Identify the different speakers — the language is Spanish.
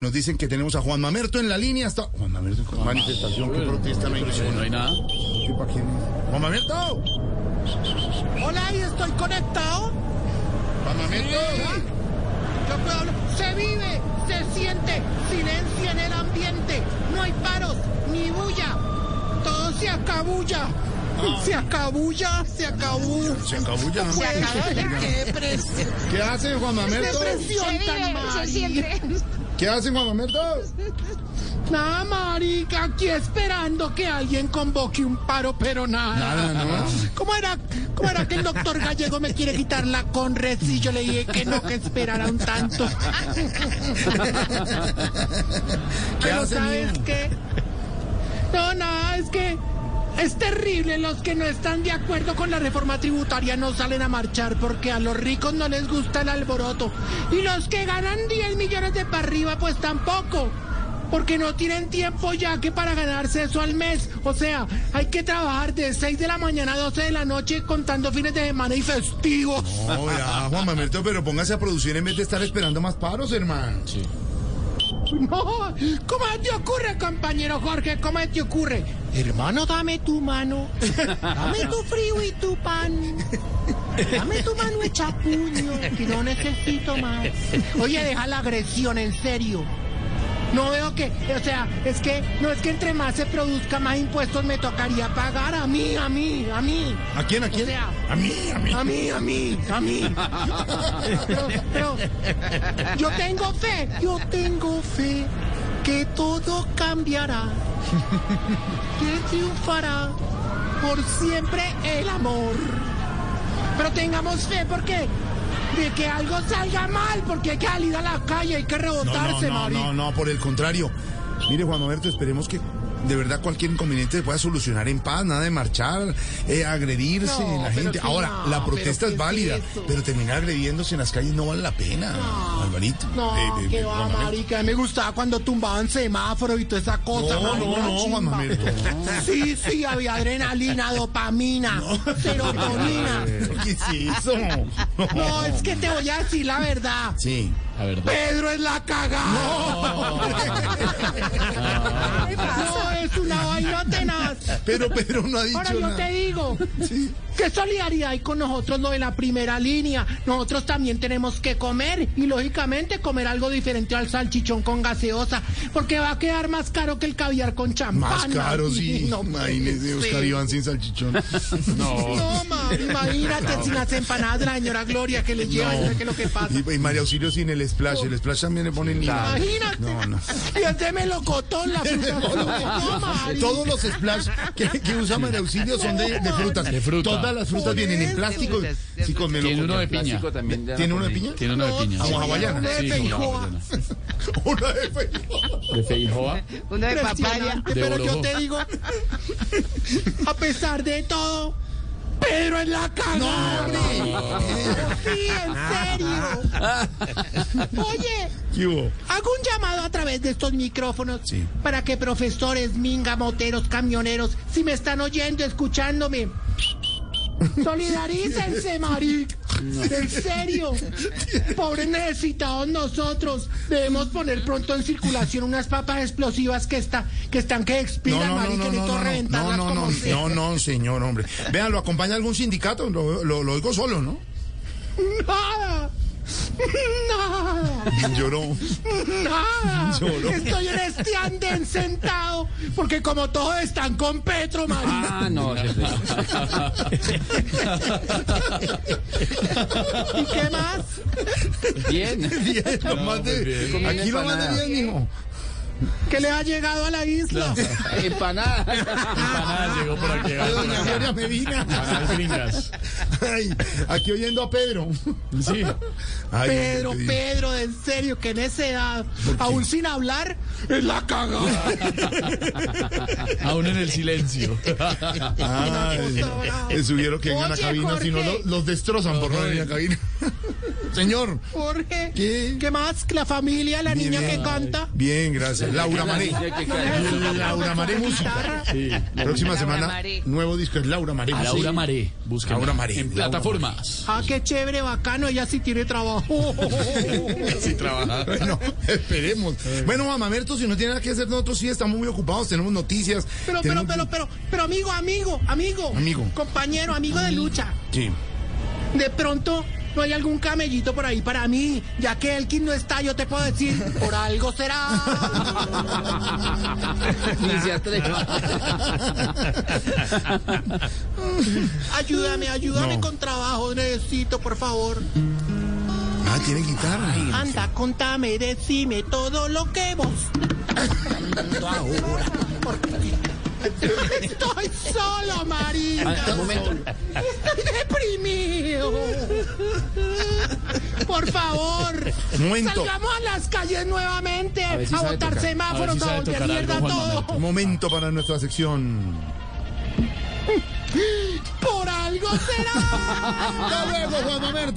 Speaker 1: Nos dicen que tenemos a Juan Mamerto en la línea. Hasta... Juan Mamerto, con manifestación, que protesta me
Speaker 2: No
Speaker 1: impresiona.
Speaker 2: hay nada.
Speaker 1: ¿Qué pa' quién es? ¡Juan Mamerto!
Speaker 3: Hola, ahí estoy conectado. ¿Ah?
Speaker 1: ¡Juan Mamerto!
Speaker 3: Yo puedo hablar. Se vive, se siente, silencio en el ambiente. No hay paros, ni bulla. Todo se acabulla. Se acabulla, se acabulla.
Speaker 1: Ah. Se acabó ya.
Speaker 3: Se acabó. Qué depresión.
Speaker 1: ¿Qué hace Juan Mamerto?
Speaker 3: Depresión tan marica.
Speaker 1: ¿Qué hace Juan Mamerto?
Speaker 3: Nada, marica, aquí esperando que alguien convoque un paro, pero nada.
Speaker 1: Nada, ¿no?
Speaker 3: ¿Cómo era, ¿Cómo era que el doctor Gallego me quiere quitar la conres y yo le dije que no, que esperara un tanto?
Speaker 1: ¿Qué
Speaker 3: Pero
Speaker 1: hace
Speaker 3: ¿sabes
Speaker 1: niño?
Speaker 3: qué? No, nada, es que es terrible. Los que no están de acuerdo con la reforma tributaria no salen a marchar porque a los ricos no les gusta el alboroto. Y los que ganan 10 millones de para arriba, pues tampoco. Porque no tienen tiempo ya que para ganarse eso al mes. O sea, hay que trabajar de 6 de la mañana a 12 de la noche contando fines de semana y festivos.
Speaker 1: Ah, No, ya, Juan Mamerto, pero póngase a producir en vez de estar esperando más paros, hermano.
Speaker 3: No, ¿cómo te ocurre, compañero Jorge? ¿Cómo te ocurre? Hermano, dame tu mano. Dame tu frío y tu pan. Dame tu mano hecha puño. Y no necesito más. Oye, deja la agresión, en serio. No veo que, o sea, es que no es que entre más se produzca, más impuestos me tocaría pagar a mí, a mí, a mí.
Speaker 1: ¿A quién, a
Speaker 3: O
Speaker 1: quién?
Speaker 3: sea,
Speaker 1: A mí, a mí.
Speaker 3: a mí, a mí, a mí. Pero, pero yo tengo fe, yo tengo fe que todo cambiará, que triunfará por siempre el amor. Pero tengamos fe porque de que algo salga mal, porque hay que salir a la calle, hay que
Speaker 1: No,
Speaker 3: rebotarse,
Speaker 1: no, no,
Speaker 3: Mari.
Speaker 1: no, no, por el contrario. Mire, Juan Mamerto, esperemos que de verdad cualquier inconveniente se pueda solucionar en paz, nada de marchar, eh, agredirse
Speaker 3: No,
Speaker 1: en la
Speaker 3: pero
Speaker 1: gente.
Speaker 3: que
Speaker 1: Ahora,
Speaker 3: no,
Speaker 1: la
Speaker 3: pero
Speaker 1: protesta
Speaker 3: ¿qué
Speaker 1: es
Speaker 3: es
Speaker 1: válida,
Speaker 3: eso?
Speaker 1: pero terminar agrediéndose en las calles no vale la pena, Ah, Alvarito.
Speaker 3: No,
Speaker 1: Eh, eh,
Speaker 3: que
Speaker 1: eh,
Speaker 3: va,
Speaker 1: Juan Mamerto.
Speaker 3: marica. Me gustaba cuando tumbaban semáforo y toda esa cosa.
Speaker 1: No,
Speaker 3: marica,
Speaker 1: no,
Speaker 3: una
Speaker 1: no, Juan
Speaker 3: chimba.
Speaker 1: Mamerto,
Speaker 3: Sí, sí, había adrenalina, dopamina, serotonina.
Speaker 1: ¿Qué es eso?
Speaker 3: No, es que te voy a decir la verdad.
Speaker 1: Sí.
Speaker 2: La verdad.
Speaker 3: Pedro es la cagada. No, es una vaina tenaz.
Speaker 1: Pero Pedro no ha dicho
Speaker 3: Ahora yo
Speaker 1: nada.
Speaker 3: te digo,
Speaker 1: Sí.
Speaker 3: ¿qué solidaridad hay con nosotros los de la primera línea? Nosotros también tenemos que comer y lógicamente comer algo diferente al salchichón con gaseosa, porque va a quedar más caro que el caviar con champán.
Speaker 1: Más caro, sí.
Speaker 3: No,
Speaker 1: Imagínese, Oscar
Speaker 3: sí.
Speaker 1: Iván sin salchichón.
Speaker 3: No, ma, imagínate sin las empanadas de la señora Gloria que le lleva, y ¿qué es lo que pasa?
Speaker 1: Y, y María Auxilio sin el splash. El splash también le ponen nada.
Speaker 3: Imagínate.
Speaker 1: No, no.
Speaker 3: Y este melocotón, la fruta. No, marica.
Speaker 1: Todos los splash que, que usa María Auxilio son de, de frutas.
Speaker 2: De fruta.
Speaker 1: Todas las frutas
Speaker 3: Por
Speaker 1: vienen en
Speaker 3: eso.
Speaker 1: plástico. Sí, con
Speaker 2: Tiene
Speaker 1: melocotón.
Speaker 2: uno de piña.
Speaker 4: Plástico también ya
Speaker 1: ¿Tiene
Speaker 4: no
Speaker 1: uno de
Speaker 4: comí.
Speaker 1: piña?
Speaker 2: Tiene uno de piña.
Speaker 1: Como hawaiana.
Speaker 3: Uno de
Speaker 2: Sí, como
Speaker 3: feijoa.
Speaker 2: hawaiana.
Speaker 1: Una de fe-
Speaker 2: De Feijoa.
Speaker 5: Uno de papaya.
Speaker 3: Impresionante,
Speaker 2: De
Speaker 3: Pero yo
Speaker 2: Borojó.
Speaker 3: te digo, a pesar de todo, Pedro es la cagada. Sí, en serio. Oye.
Speaker 1: ¿Qué hubo?
Speaker 3: Hago un llamado a través de estos micrófonos
Speaker 1: Sí.
Speaker 3: para que profesores, minga, moteros, camioneros, si me están oyendo, escuchándome, solidarícense, maric. En serio, pobres necesitados nosotros. Debemos poner pronto en circulación unas papas explosivas que, está, que están que
Speaker 1: No, no,
Speaker 3: expiran,
Speaker 1: no,
Speaker 3: marica,
Speaker 1: no, no,
Speaker 3: necesito
Speaker 1: no, no,
Speaker 3: reventarlas
Speaker 1: no,
Speaker 3: como
Speaker 1: no,
Speaker 3: sea.
Speaker 1: no, no, señor, hombre. Vean, lo acompaña algún sindicato, lo, lo, lo oigo solo, ¿no?
Speaker 3: Nada, nada.
Speaker 1: Lloró.
Speaker 3: Nada.
Speaker 1: Lloró.
Speaker 3: Estoy en este anden sentado porque como todos están con Petro, marica.
Speaker 4: Ah, no, jefe.
Speaker 3: ¿Y qué más?
Speaker 4: Bien.
Speaker 1: Bien, lo más de-
Speaker 4: Comiendo
Speaker 1: aquí lo más de
Speaker 4: empanada.
Speaker 1: bien, mijo.
Speaker 3: ¿Qué le ha llegado a la isla?
Speaker 4: Empanada.
Speaker 2: Empanadas llegó por aquí.
Speaker 1: Ay, Ah, Doña Gloria Medina.
Speaker 2: Empanadas gringas.
Speaker 1: Ay, aquí oyendo a Pedro.
Speaker 2: Sí.
Speaker 1: Ay,
Speaker 3: Pedro,
Speaker 1: te digo.
Speaker 3: Pedro, en serio, que en esa edad, aún sin hablar, es la cagada.
Speaker 2: Aún en el silencio.
Speaker 1: Ay, le sugieero que vengan a
Speaker 3: Oye,
Speaker 1: cabina, si no
Speaker 3: Jorge.
Speaker 1: lo- los destrozan por no venir a cabina. Señor,
Speaker 3: Jorge,
Speaker 1: ¿Qué?
Speaker 3: ¿qué más? ¿La familia, la niña que canta?
Speaker 1: bien, gracias. Laura Maré. Laura Maré Música.
Speaker 3: Guitarra.
Speaker 2: Sí.
Speaker 1: Próxima
Speaker 5: Laura
Speaker 1: semana,
Speaker 5: Maré.
Speaker 1: nuevo disco es Laura Maré.
Speaker 2: Ah, Laura
Speaker 1: Sí.
Speaker 2: Maré. Busca
Speaker 1: Laura Maré,
Speaker 2: En
Speaker 1: Laura
Speaker 2: plataformas.
Speaker 3: Ah, qué chévere, bacano, ella sí tiene trabajo.
Speaker 2: Sí, trabaja.
Speaker 1: Bueno, esperemos. Bueno, Mamamerto, si no tiene nada que hacer, nosotros sí estamos muy ocupados, tenemos noticias.
Speaker 3: Pero, pero,
Speaker 1: tenemos-
Speaker 3: pero, pero, pero amigo, amigo, amigo.
Speaker 1: Amigo.
Speaker 3: Compañero, amigo de lucha.
Speaker 1: Sí.
Speaker 3: De pronto no hay algún camellito por ahí para mí, ya que Elkin no está, yo te puedo decir, por algo será.
Speaker 4: Ni se atreva.
Speaker 3: Ayúdame, ayúdame
Speaker 1: No.
Speaker 3: con trabajo, necesito, por favor.
Speaker 1: Ah, tiene guitarra.
Speaker 3: Anda, contame, decime todo lo que vos. Estoy solo, Marita.
Speaker 2: Ah,
Speaker 4: Un momento.
Speaker 3: Estoy deprimido. Por favor.
Speaker 1: Momento.
Speaker 3: Salgamos a las calles nuevamente a,
Speaker 4: ver si sabe
Speaker 3: botar
Speaker 4: tocar.
Speaker 2: A ver
Speaker 3: semáforos,
Speaker 2: si
Speaker 3: a,
Speaker 2: sabe
Speaker 3: volver
Speaker 2: tocar
Speaker 3: mierda
Speaker 2: algo, Juan
Speaker 3: todo.
Speaker 2: Manuel.
Speaker 1: Momento para nuestra sección.
Speaker 3: Por algo será.
Speaker 1: Hasta luego, Juan Mamerto.